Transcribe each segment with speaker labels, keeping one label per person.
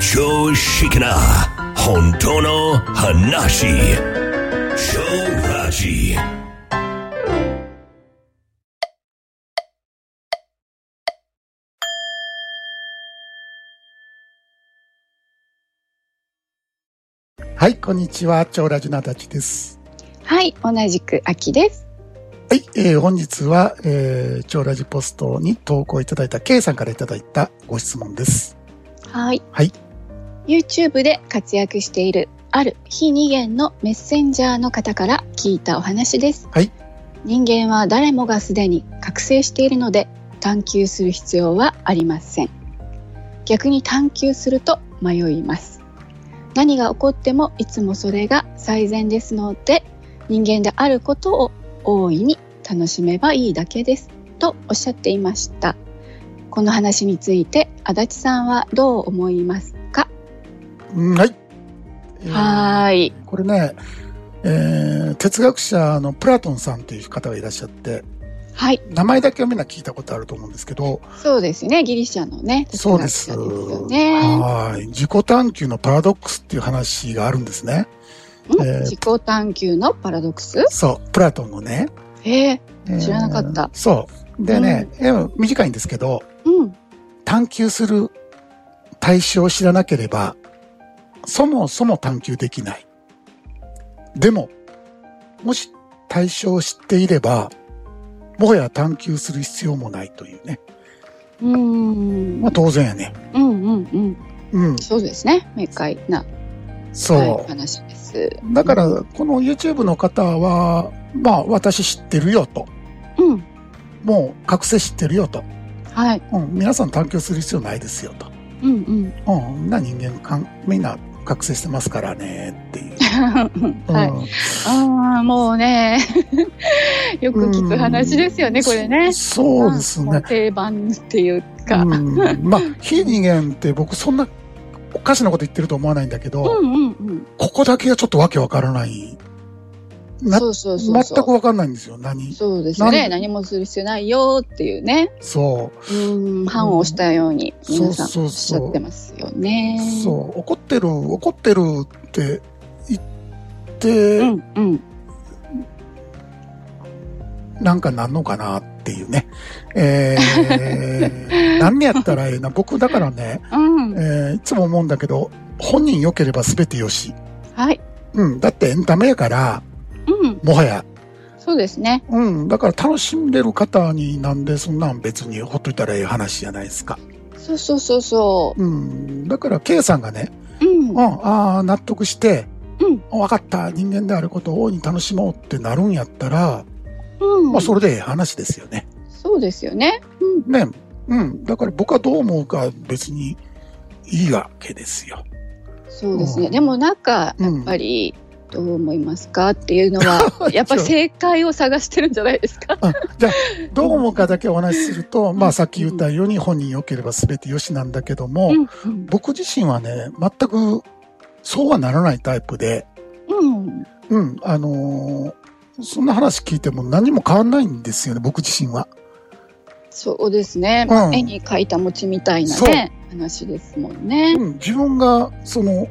Speaker 1: 常識な本当の話超ラジ
Speaker 2: はい、こんにちは。超ラジナたちです。
Speaker 3: はい、同じく秋です。
Speaker 2: はい、えー本日は、えー超ラジポストに投稿いただいた K さんからいただいたご質問です。
Speaker 3: はい。
Speaker 2: はい。
Speaker 3: YouTube で活躍しているある非二元のメッセンジャーの方から聞いたお話です。
Speaker 2: はい。
Speaker 3: 人間は誰もがすでに覚醒しているので探求する必要はありません。逆に探求すると迷います。何が起こってもいつもそれが最善ですので人間であることを大いに楽しめばいいだけですとおっしゃっていました。この話について足立さんはどう思いますか
Speaker 2: うんはい。えー
Speaker 3: はーい。
Speaker 2: これね、えー哲学者のプラトンさんっていう方がいらっしゃって、
Speaker 3: はい。
Speaker 2: 名前だけはみんな聞いたことあると思うんですけど、
Speaker 3: そうですね。ギリシャのね。
Speaker 2: そうです。
Speaker 3: 哲学者ですよね。
Speaker 2: はい。自己探求のパラドックスっていう話があるんですね。
Speaker 3: うん
Speaker 2: えー
Speaker 3: 自己探求のパラドックス
Speaker 2: そう、プラトンのね。
Speaker 3: ええ
Speaker 2: えー
Speaker 3: 知らなかった
Speaker 2: そう。でね、えー短いんですけど、
Speaker 3: うん。
Speaker 2: 探求する対象を知らなければ、そもそも探求できない。でも、もし対象を知っていれば、もはや探求する必要もないというね。
Speaker 3: うーん。
Speaker 2: まあ当然やね。
Speaker 3: うんうんうん。
Speaker 2: うん、
Speaker 3: そうですね。明快な、はい
Speaker 2: そ
Speaker 3: 話です。
Speaker 2: う。だから、この YouTube の方は、まあ私知ってるよと。
Speaker 3: うん。
Speaker 2: もう覚醒知ってるよと。
Speaker 3: はい。
Speaker 2: うん、皆さん探求する必要ないですよと。
Speaker 3: うんうん。
Speaker 2: うん、みんな人間かん、みんな覚醒してますからねっていう。うん
Speaker 3: はい。ああ、もうね。 よく聞く話ですよね、これね。
Speaker 2: そそうです
Speaker 3: まあ
Speaker 2: ね。
Speaker 3: 定番っていうか。
Speaker 2: う
Speaker 3: うん
Speaker 2: ん、まあ、非人間って僕そんなおかしなこと言ってると思わないんだけど、
Speaker 3: うんうん。
Speaker 2: ここだけがちょっとわけわからない。な、
Speaker 3: そうそうそうそう。
Speaker 2: 全くわかんないんですよ。何
Speaker 3: そうですよ
Speaker 2: な
Speaker 3: ね。
Speaker 2: ん
Speaker 3: 何もする必要ないよっていうね。
Speaker 2: そ
Speaker 3: うん、判を押したように皆さん
Speaker 2: そ
Speaker 3: お
Speaker 2: う
Speaker 3: っ
Speaker 2: そ
Speaker 3: し
Speaker 2: う
Speaker 3: ゃ
Speaker 2: そう
Speaker 3: ってますよね。
Speaker 2: う。そう。怒ってる、怒ってるって言って、
Speaker 3: うんうん。
Speaker 2: なんかなんのかなっていうね。え ー、何やったらええな。僕だからね、
Speaker 3: うん。
Speaker 2: えーいつも思うんだけど、本人良ければ全て良し。
Speaker 3: はい。
Speaker 2: うん。だってエンタメやから、
Speaker 3: うん。
Speaker 2: もはや
Speaker 3: そうですね。
Speaker 2: うん、だから楽しんでる方になんでそんなん別にほっといたらええ話じゃないですか。
Speaker 3: そうそうそうそ
Speaker 2: うん、だから K さんがね、
Speaker 3: う。うん。
Speaker 2: うん、ああ、納得して、
Speaker 3: うん
Speaker 2: 分かった、人間であることを大いに楽しもうってなるんやったら、
Speaker 3: うん。
Speaker 2: まあそれでええ話ですよね。
Speaker 3: そうですよね。うん。
Speaker 2: ね、うん、だから僕はどう思うか別にいいわけですよ。
Speaker 3: そうです
Speaker 2: う
Speaker 3: ね。
Speaker 2: ん
Speaker 3: でもなんか、やっぱり、どう思いますかっていうの は、やっぱ
Speaker 2: ちょ
Speaker 3: 正解を探してるんじゃないですか。
Speaker 2: どう思うかだけお話しすると、まあさっき言ったように本人良ければ全て良しなんだけども、
Speaker 3: うんうん。
Speaker 2: 僕自身はね、全くそうはならないタイプで、
Speaker 3: うん。
Speaker 2: うん、あのーそんな話聞いても何も変わんないんですよね、僕自身は。
Speaker 3: そうですね。
Speaker 2: う
Speaker 3: ま
Speaker 2: ん
Speaker 3: あ絵に描いた餅みたいなね、話ですもんね。
Speaker 2: うん、自分が、その、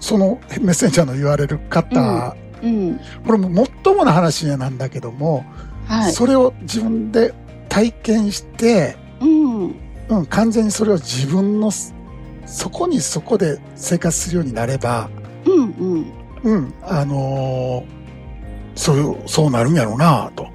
Speaker 2: そのメッセンジャーの言われる方、
Speaker 3: うん。
Speaker 2: これももっともな話なんだけども、
Speaker 3: はい。
Speaker 2: それを自分で体験して、
Speaker 3: うん。
Speaker 2: うん、完全にそれを自分のす、そこにそこで生活するようになれば、
Speaker 3: うんうん。
Speaker 2: うん、あのーそう、そうなるんやろうなと。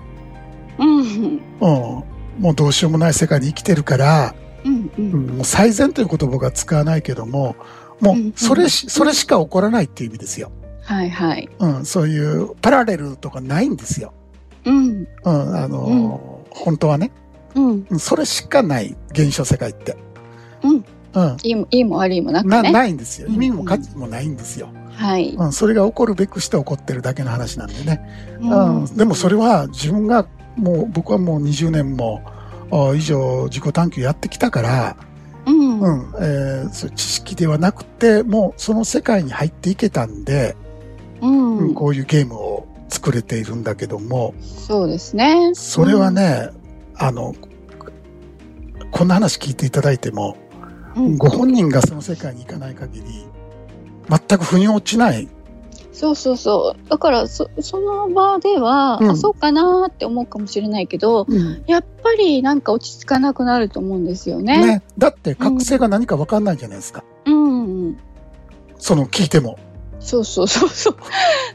Speaker 3: うん
Speaker 2: うん、もうどうしようもない世界に生きてるから、
Speaker 3: うんう
Speaker 2: うん
Speaker 3: ん
Speaker 2: もう最善という言葉が使わないけども、も
Speaker 3: うんうん
Speaker 2: う、それし、それしか起こらないっていう意味ですよ。
Speaker 3: はいはい。
Speaker 2: うん、そういうパラレルとかないんですよ。
Speaker 3: うん
Speaker 2: うん、あのー
Speaker 3: うん
Speaker 2: 本当はね。
Speaker 3: うん
Speaker 2: うんそれしかない、現象世界って。
Speaker 3: うん。
Speaker 2: うん。
Speaker 3: いいもいいも悪いもなく
Speaker 2: な、
Speaker 3: ね。
Speaker 2: ないんですよ。
Speaker 3: うんうん
Speaker 2: 意味も価値もないんですよ。
Speaker 3: はい。
Speaker 2: うん、それが起こるべくして起こってるだけの話なんでね。
Speaker 3: うん
Speaker 2: うん、でもそれは自分が、もう、僕はもう20年も、あ以上自己探求やってきたから、
Speaker 3: うん
Speaker 2: う
Speaker 3: うん
Speaker 2: ん、えーそう知識ではなくて、もうその世界に入っていけたんで、うんこういうゲームを作れているんだけども、
Speaker 3: そうですね。
Speaker 2: それはね、あの、こんな話聞いていただいても、
Speaker 3: うん
Speaker 2: ご本人がその世界に行かない限り、全く腑に落ちない。
Speaker 3: そうそうそうだからそその場では、
Speaker 2: うん
Speaker 3: あそうかなーって思うかもしれないけど
Speaker 2: うん
Speaker 3: やっぱりなんか落ち着かなくなると思うんですよね。
Speaker 2: ね。だって、覚醒が何か分かんないじゃないですか。
Speaker 3: うんうん、
Speaker 2: その聞いても。
Speaker 3: そうそうそうそう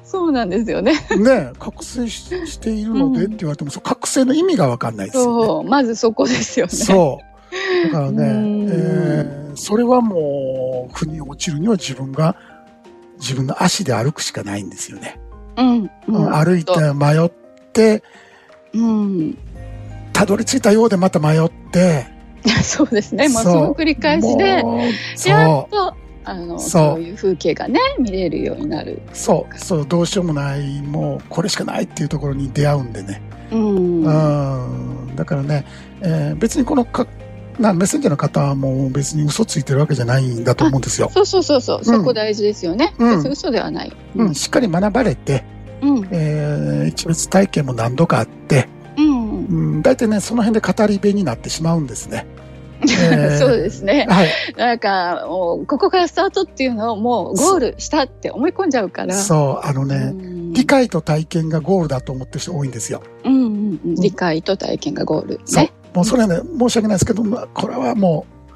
Speaker 3: そうなんですよね。
Speaker 2: ね、覚醒ししているのでっ
Speaker 3: うん
Speaker 2: て言われても、その覚醒の意味が分かんないですよね。
Speaker 3: そうまずそこですよね。
Speaker 2: そう。だからね、
Speaker 3: うん
Speaker 2: えーそれはもう、腑に落ちるには自分が、自分の足で歩くしかないんですよね。
Speaker 3: うんうん
Speaker 2: 歩いて迷って、
Speaker 3: うん、
Speaker 2: たどり着いたようでまた迷って、
Speaker 3: そうですね。まあ
Speaker 2: そう
Speaker 3: その繰り返しで
Speaker 2: もう
Speaker 3: やっ
Speaker 2: そ
Speaker 3: とあの
Speaker 2: そう
Speaker 3: そういう風景がね見れるようになる。
Speaker 2: う、そう、そう、どうしようもない、もうこれしかないっていうところに出会うんでね。
Speaker 3: うん、
Speaker 2: うん、だからね、えー別にこのか、なメッセンジャーの方はもう別に嘘ついてるわけじゃないんだと思うんですよ。
Speaker 3: そうそうそうそう、そこ大事ですよね。
Speaker 2: うん
Speaker 3: 別に嘘ではない。
Speaker 2: うん、しっかり学ばれて、
Speaker 3: うん
Speaker 2: えー一別体験も何度かあって、
Speaker 3: うん
Speaker 2: うん、大体ね、その辺で語り部になってしまうんですね。えー
Speaker 3: そうですね。
Speaker 2: はい。
Speaker 3: なんかもうここからスタートっていうのをもうゴールしたって思い込んじゃうから。
Speaker 2: そう、あの
Speaker 3: う
Speaker 2: ね、
Speaker 3: ん
Speaker 2: 理解と体験がゴールだと思ってる人多いんですよ。
Speaker 3: うんうんうん、理解と体験がゴール
Speaker 2: そう
Speaker 3: ね。
Speaker 2: もうそれはね、申し訳ないですけど、まあこれはもう、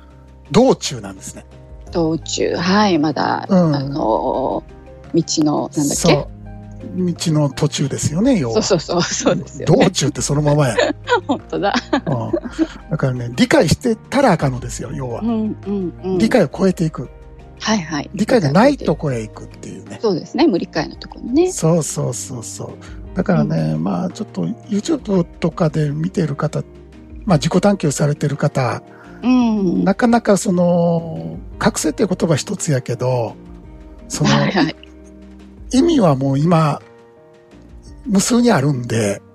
Speaker 2: 道中なんですね。
Speaker 3: 道中はいまだ、
Speaker 2: うん
Speaker 3: あのー道のなんだっけ
Speaker 2: そう。道の途中ですよね、要
Speaker 3: そう
Speaker 2: は。
Speaker 3: そうそうそうですよね
Speaker 2: 道中ってそのままや。
Speaker 3: 本当だ
Speaker 2: うんだからね、理解してたらあかんのですよ、要は
Speaker 3: う。んうんうん
Speaker 2: 理解を超えていく。
Speaker 3: はいはい
Speaker 2: 理解がないとこへ行くっていうね。
Speaker 3: そうですね無理解のところにね
Speaker 2: そうそうそうそう。だからね、まあちょっと YouTube とかで見てる方、まあ自己探求されてる方、
Speaker 3: うんは
Speaker 2: なかなかその、覚醒っていう言葉一つやけど、その、
Speaker 3: いはい
Speaker 2: 意味はもう今、無数にあるんで、
Speaker 3: うん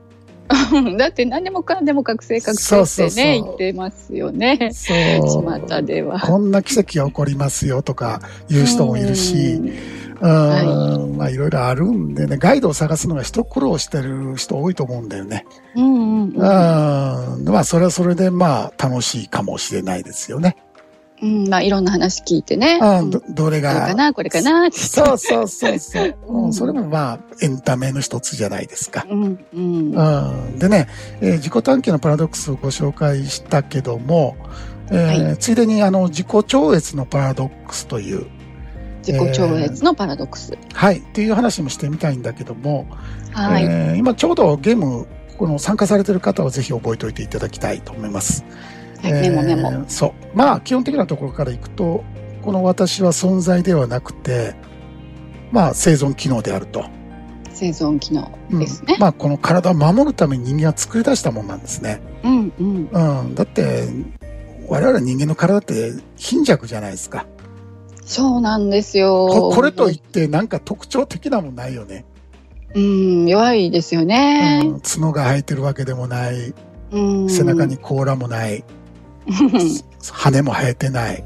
Speaker 3: だって何でもかんでも覚醒覚
Speaker 2: そうそう
Speaker 3: 醒って
Speaker 2: そう
Speaker 3: ね言ってますよね
Speaker 2: そ
Speaker 3: 巷では
Speaker 2: こんな奇跡が起こりますよとか言う人もいるし、うん
Speaker 3: は
Speaker 2: まあいろいろあるんでね、ガイドを探すのが一苦労してる人多いと思うんだよね。
Speaker 3: うんうんうん
Speaker 2: うん、まあそれはそれでまあ楽しいかもしれないですよね。
Speaker 3: うんまあいろんな話聞いてね
Speaker 2: う、
Speaker 3: うんん
Speaker 2: どどれ
Speaker 3: どうか
Speaker 2: が。
Speaker 3: なこれかなって
Speaker 2: そうそうそうそう、
Speaker 3: うん
Speaker 2: うんそれもまあエンタメの一つじゃないですか。
Speaker 3: うんうん
Speaker 2: うん、でね、えー自己探求のパラドックスをご紹介したけども、えー
Speaker 3: は
Speaker 2: ついでにあの自己超越のパラドックスという、
Speaker 3: 自己超越のパラドックス
Speaker 2: はい、っていう話もしてみたいんだけども、
Speaker 3: はい
Speaker 2: えー今ちょうどゲーム、この参加されてる方はぜひ覚えておいていただきたいと思います。
Speaker 3: はいメモメ
Speaker 2: え
Speaker 3: モ
Speaker 2: ーそう。まあ、基本的なところからいくと、この私は存在ではなくて、まあ、生存機能であると。
Speaker 3: 生存機能
Speaker 2: うん
Speaker 3: ですね
Speaker 2: まあ、この体を守るために人間は作り出したもんなんですね。
Speaker 3: うんうん
Speaker 2: うん。だって、我々人間の体って貧弱じゃないですか。
Speaker 3: そうなんですよ
Speaker 2: ここれといってなんか特徴的なもんないよね。
Speaker 3: うん弱いですよね
Speaker 2: うん、角が生えてるわけでもない。
Speaker 3: うん
Speaker 2: 背中 に甲羅もない。羽も生えてない。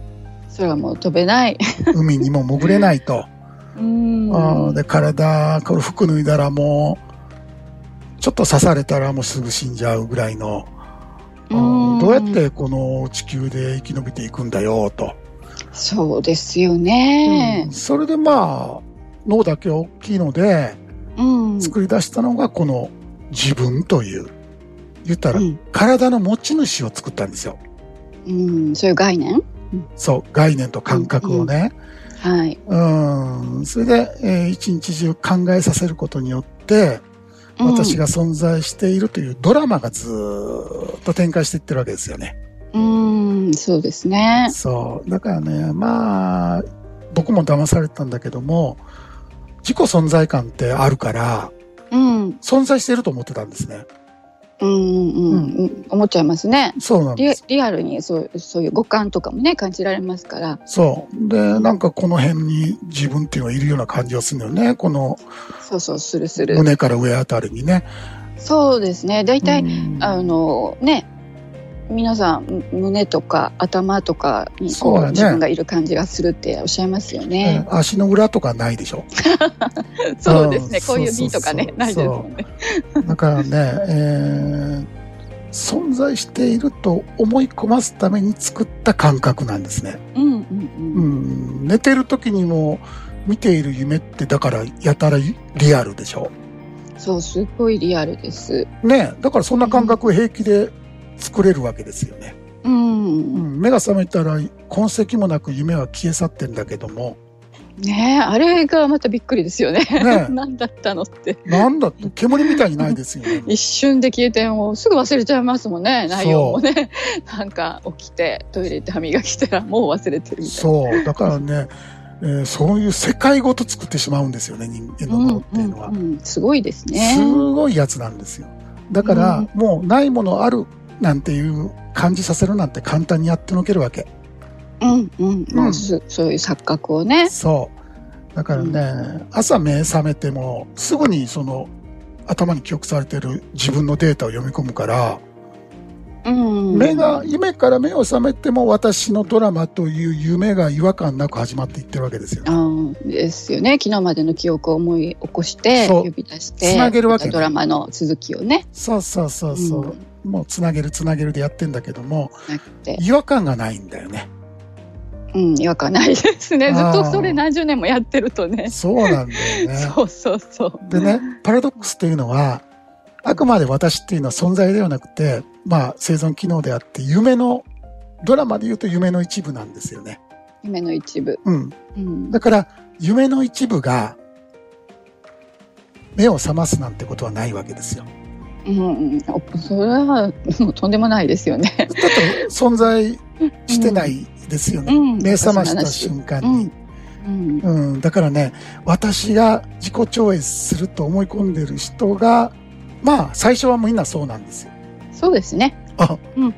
Speaker 3: 空も飛べない。
Speaker 2: 海にも潜れないと。
Speaker 3: うん
Speaker 2: あーで体これ服脱いだらもうちょっと刺されたらもうすぐ死んじゃうぐらいの、うんどうやってこの地球で生き延びていくんだよと、
Speaker 3: そうですよ
Speaker 2: う
Speaker 3: ね
Speaker 2: ん。それでまあ脳だけは大きいので
Speaker 3: うん。
Speaker 2: 作り出したのがこの自分という言ったら
Speaker 3: うん
Speaker 2: 体の持ち主を作ったんですよ
Speaker 3: うん、そういう概念
Speaker 2: そう概念と感覚をね、
Speaker 3: はい。
Speaker 2: うんそれで、えー一日中考えさせることによって
Speaker 3: うん
Speaker 2: 私。が存在しているというドラマがずーっと展開していってるわけですよね。
Speaker 3: うん、そうですね。
Speaker 2: そう。だからね、まあ、僕も騙されたんだけども、自己存在感ってあるから、
Speaker 3: うん。
Speaker 2: 存在してると思ってたんですね。
Speaker 3: うん、うん、うん。思っちゃいますね。
Speaker 2: そうなん
Speaker 3: リ
Speaker 2: で
Speaker 3: ア
Speaker 2: す。
Speaker 3: リアルにそうそういう五感とかもね感じられますから
Speaker 2: そう。で、なんかこの辺に自分っていうのがいるような感じがするのよね。この
Speaker 3: そうそうするする
Speaker 2: 胸から上あたりにね。
Speaker 3: そうですね大体、
Speaker 2: うん
Speaker 3: あのね皆さんむ胸とか頭とかにこ
Speaker 2: そう
Speaker 3: う
Speaker 2: だね
Speaker 3: 自分がいる感じがするっておっしゃいますよね。
Speaker 2: うん足の裏とかないでしょ。
Speaker 3: そうですね、
Speaker 2: うん
Speaker 3: こういう B とかね、
Speaker 2: そ
Speaker 3: な
Speaker 2: う
Speaker 3: い
Speaker 2: そうそ
Speaker 3: です
Speaker 2: う
Speaker 3: もんね。
Speaker 2: だからね、えー存在していると思い込ますために作った感覚なんですね。
Speaker 3: うんうん
Speaker 2: う
Speaker 3: うん。
Speaker 2: ん、寝てる時にも見ている夢ってだからやたらリアルでしょ。
Speaker 3: そう、すごいリアルです。
Speaker 2: ねえだからそんな感覚平気で作れるわけですよね。
Speaker 3: うん
Speaker 2: う。ん、目が覚めたら痕跡もなく夢は消え去ってんだけども、
Speaker 3: ねえ、あれがまたびっくりですよね。
Speaker 2: ねえ
Speaker 3: 何だったのって。
Speaker 2: なんだって煙みたいにないですよね。
Speaker 3: 一瞬で消えてもうすぐ忘れちゃいますもんね、内容もね。 なんか起きて、トイレ行って歯磨きしたらもう忘れてるみ たいな。
Speaker 2: そう。だからね、えーそういう世界ごと作ってしまうんですよね、人間の脳っていうのは。
Speaker 3: んうんうん、すごいですね。
Speaker 2: すごいやつなんですよ。だから、
Speaker 3: うん
Speaker 2: もうないものあるなんていう感じさせるなんて簡単にやってのけるわけ。
Speaker 3: うんうん、も
Speaker 2: う
Speaker 3: うんすそういう錯覚をね。
Speaker 2: そう。だからね、朝目覚めてもすぐにその頭に記憶されてる自分のデータを読み込むから、
Speaker 3: うん、
Speaker 2: 目が、夢から目を覚めても私のドラマという夢が違和感なく始まっていってるわけですよね。
Speaker 3: うんですよね。昨日までの記憶を思い起こして
Speaker 2: そう
Speaker 3: 呼び出して、
Speaker 2: つなげるわけね
Speaker 3: またドラマの続きをね。
Speaker 2: そうそうそうそう。
Speaker 3: ん
Speaker 2: もうつなげるつなげるでやってんだけども、
Speaker 3: なくて、
Speaker 2: 違和感がないんだよね。
Speaker 3: うん、違和感ないですね。ずっ
Speaker 2: あー
Speaker 3: とそれ何十年もやってるとね。
Speaker 2: そうなんだよね。
Speaker 3: そうそうそう。
Speaker 2: でね、パラドックスというのは、あくまで私っていうのは存在ではなくて、まあ生存機能であって、夢の、ドラマで言うと夢の一部なんですよね。
Speaker 3: 夢の一部。
Speaker 2: うん。
Speaker 3: うん。
Speaker 2: だから、夢の一部が、目を覚ますなんてことはないわけです よ。
Speaker 3: うんうん。おそれはもうとんでもないですよね。
Speaker 2: だって存在してないですよね。
Speaker 3: うん。
Speaker 2: 目覚ました瞬間
Speaker 3: う
Speaker 2: に
Speaker 3: ん。。うん。
Speaker 2: うん、だからね、私が自己超越すると思い込んでる人が、まあ、最初はみんなそうなんですよ。
Speaker 3: そうですね。
Speaker 2: あ、
Speaker 3: うん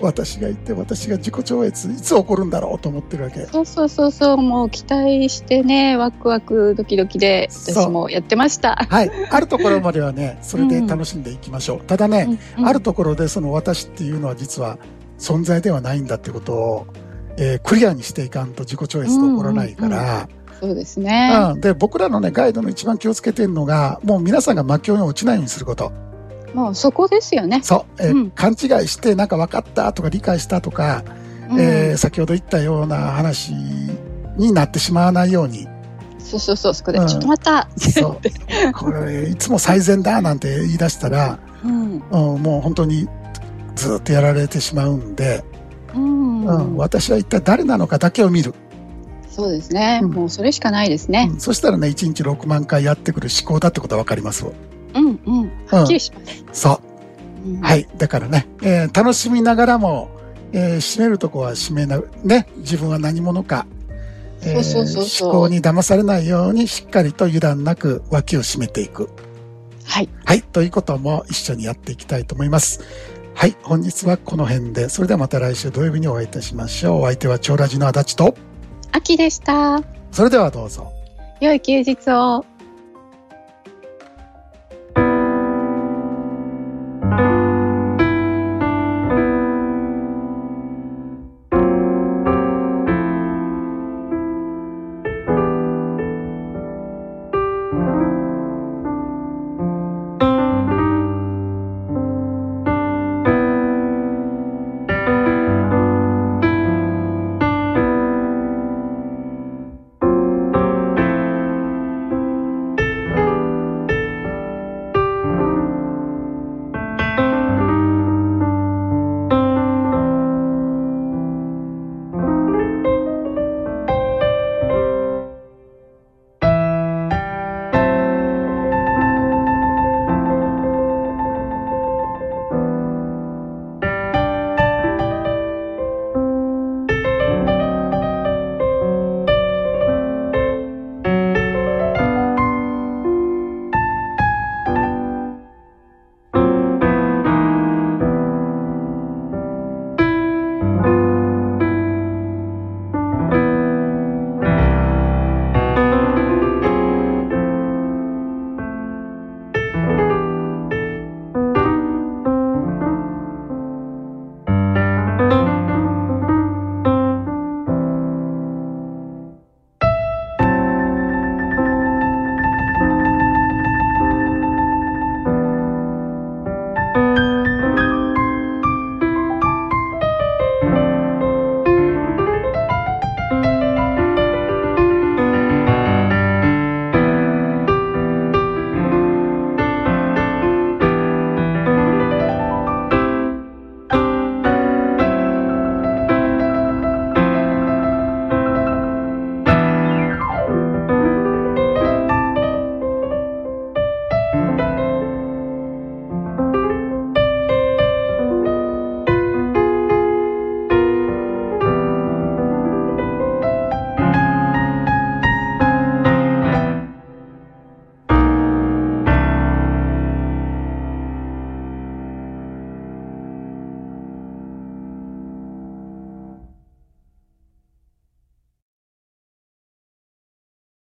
Speaker 2: 私がいて、私が自己超越、いつ起こるんだろうと思ってるわけ。
Speaker 3: そうそうそうそう。もう期待してね、ワクワクドキドキで、
Speaker 2: そう
Speaker 3: 私もやってました。
Speaker 2: はい。あるところまではね、それで楽しんでいきましょう。ただね、
Speaker 3: うん
Speaker 2: あるところでその私っていうのは実は存在ではないんだってことを、えークリアにしていかんと自己超越が起こらないから、
Speaker 3: そうです
Speaker 2: う
Speaker 3: ね。
Speaker 2: んで、僕らのね、ガイドの一番気をつけてるのが、もう皆さんが魔境に落ちないようにすること。
Speaker 3: もうそこですよね。
Speaker 2: そう、えー
Speaker 3: うん
Speaker 2: 勘違いしてなんか分かったとか理解したとか、
Speaker 3: うん
Speaker 2: えー先ほど言ったような話になってしまわないように
Speaker 3: そうそうそう、そこで、
Speaker 2: うん
Speaker 3: ちょっと待った。
Speaker 2: そう これいつも最善だなんて言い出したら、
Speaker 3: うん。
Speaker 2: うん、もう本当にずっとやられてしまうんで、
Speaker 3: うん。
Speaker 2: うん、私は一体誰なのかだけを見る、
Speaker 3: そうですね。
Speaker 2: うん
Speaker 3: もうそれしかないですね
Speaker 2: う。んそしたらね1日6万回やってくる思考だってことは分かりますわ
Speaker 3: うん、うん、はっきりします。
Speaker 2: そう
Speaker 3: うん
Speaker 2: はい。だからね、えー楽しみながらも、えー締めるとこは締めな、ね、自分は何者か、えー
Speaker 3: そうそうそうそう
Speaker 2: 思考に騙されないようにしっかりと油断なく脇を締めていく。
Speaker 3: はい。
Speaker 2: はい。ということも一緒にやっていきたいと思います。はい。本日はこの辺で、それではまた来週土曜日にお会いいたしましょう。お相手は長ラジの足立と、
Speaker 3: 秋でした。
Speaker 2: それではどうぞ。
Speaker 3: 良い休日を。